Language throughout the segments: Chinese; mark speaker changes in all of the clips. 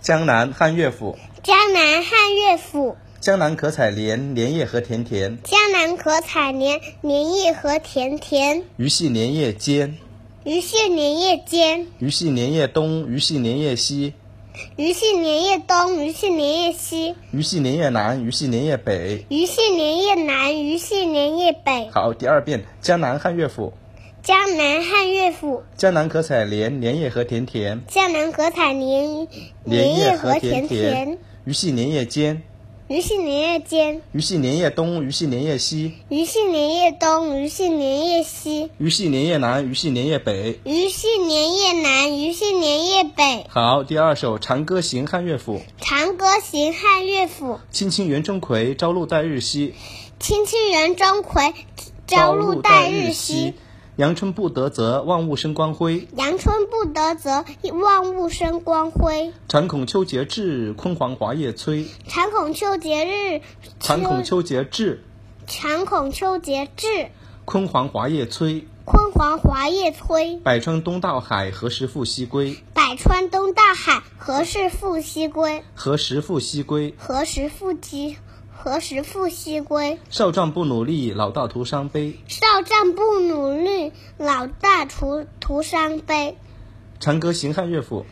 Speaker 1: 江南汉乐府，
Speaker 2: 江南汉乐府，
Speaker 1: 江南可采莲，莲叶何田田。
Speaker 2: 江南可采莲，莲叶何田田。
Speaker 1: 鱼戏莲叶间，
Speaker 2: 鱼戏莲叶间，
Speaker 1: 鱼戏莲叶东，鱼戏莲叶西，
Speaker 2: 鱼戏莲叶东，鱼戏莲叶西，
Speaker 1: 鱼戏莲叶南，鱼戏莲叶北。
Speaker 2: 鱼戏莲叶南，鱼戏莲叶北。
Speaker 1: 好，第二遍，江南汉乐府，
Speaker 2: 江南汉乐府，
Speaker 1: 江南可采莲，莲叶何田田。
Speaker 2: 江南可采莲，
Speaker 1: 莲
Speaker 2: 莲叶
Speaker 1: 叶
Speaker 2: 何
Speaker 1: 何田
Speaker 2: 田田
Speaker 1: 田。。鱼戏莲叶间，
Speaker 2: 鱼戏莲叶间，
Speaker 1: 鱼戏莲叶东，鱼戏莲叶西，
Speaker 2: 鱼戏莲叶东，鱼戏莲叶西，
Speaker 1: 鱼戏莲叶南，鱼戏莲叶北。
Speaker 2: 鱼戏莲叶南，鱼戏莲叶北。
Speaker 1: 好，第二首《长歌行》汉乐府，
Speaker 2: 长歌行，汉乐府。
Speaker 1: 青青园中葵，朝露待日晞。
Speaker 2: 青青园中葵，朝露待日晞。。
Speaker 1: 阳春布德泽，万物生光辉。
Speaker 2: 阳春布德泽，万物生光辉。
Speaker 1: 常恐秋节至，焜黄华叶衰。
Speaker 2: 常恐秋节日，
Speaker 1: 常恐秋节至，
Speaker 2: 常恐秋节至。
Speaker 1: 焜黄华叶衰。
Speaker 2: 焜黄华叶衰，
Speaker 1: 百川东到海，何时复西归？
Speaker 2: 百川东大海。何事复西归？
Speaker 1: 何时复西归？
Speaker 2: 何时复西？何时复西归？
Speaker 1: 少壮不努力，老大徒伤悲。
Speaker 2: 少壮不努力，老大徒徒伤悲。
Speaker 1: 长歌行，汉乐府。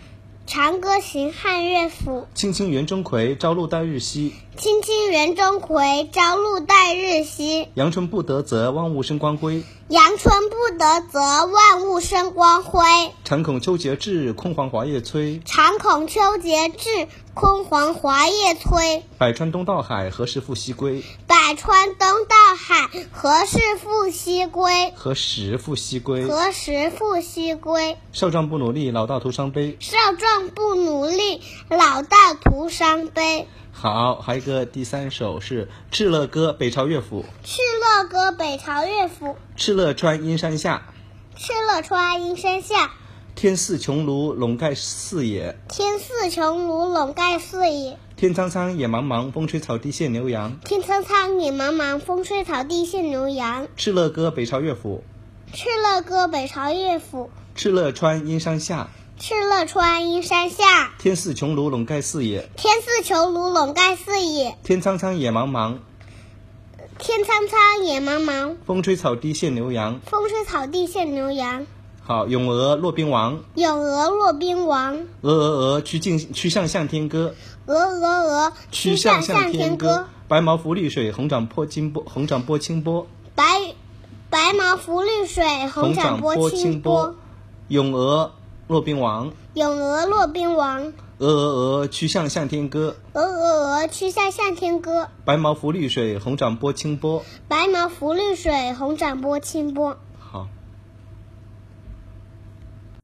Speaker 2: 长歌行，汉乐府。
Speaker 1: 青青园中葵，朝露待日晞。
Speaker 2: 青青园中葵，朝露待日晞。
Speaker 1: 阳春布德泽，万物生光辉。
Speaker 2: 阳春布德泽，万物生光辉。
Speaker 1: 常恐秋节至，焜黄华叶衰。
Speaker 2: 常恐秋节至，焜黄华叶衰。
Speaker 1: 百川东到海，何时复西归？
Speaker 2: 百川东到海，何事复西归？
Speaker 1: 何时复西归？
Speaker 2: 何时复西归？
Speaker 1: 少壮不努力，老大徒伤悲。
Speaker 2: 少壮不努力，老大徒伤悲。
Speaker 1: 好，还有一个第三首是《敕勒歌》，北朝乐府。
Speaker 2: 敕勒歌，北朝乐府。
Speaker 1: 敕勒川阴山下，
Speaker 2: 敕勒川阴山下，
Speaker 1: 天似穹庐，笼盖四野。
Speaker 2: 天似穹庐，笼盖四野。
Speaker 1: 天苍苍，野茫茫，风吹草低见牛羊。
Speaker 2: 天苍苍，野茫茫，风吹草低见牛羊。
Speaker 1: 敕勒歌，北朝乐府。
Speaker 2: 敕勒歌，北朝乐府。
Speaker 1: 敕勒川阴山下，
Speaker 2: 敕勒川阴山下，
Speaker 1: 天似穹庐，笼盖四野。
Speaker 2: 天似穹庐，笼盖四野。
Speaker 1: 天苍苍，野茫茫，
Speaker 2: 天苍苍，野茫茫，
Speaker 1: 风吹草低见牛羊。
Speaker 2: 风吹草低见牛羊。
Speaker 1: 好，咏鹅骆宾王，
Speaker 2: 咏鹅骆宾王，
Speaker 1: 鹅鹅鹅，曲径曲项向天歌，
Speaker 2: 鹅鹅鹅，曲项向天歌。。
Speaker 1: 白毛浮绿水，红掌拨清波，红掌拨清波。
Speaker 2: 白白毛浮绿水，红掌拨清波。。
Speaker 1: 咏鹅骆宾王，
Speaker 2: 咏鹅骆宾王，
Speaker 1: 鹅鹅鹅，曲项向天歌。
Speaker 2: 鹅鹅鹅，曲项向天歌。
Speaker 1: 白毛浮绿水，红掌拨清波。
Speaker 2: 白毛浮绿水，红掌拨清波。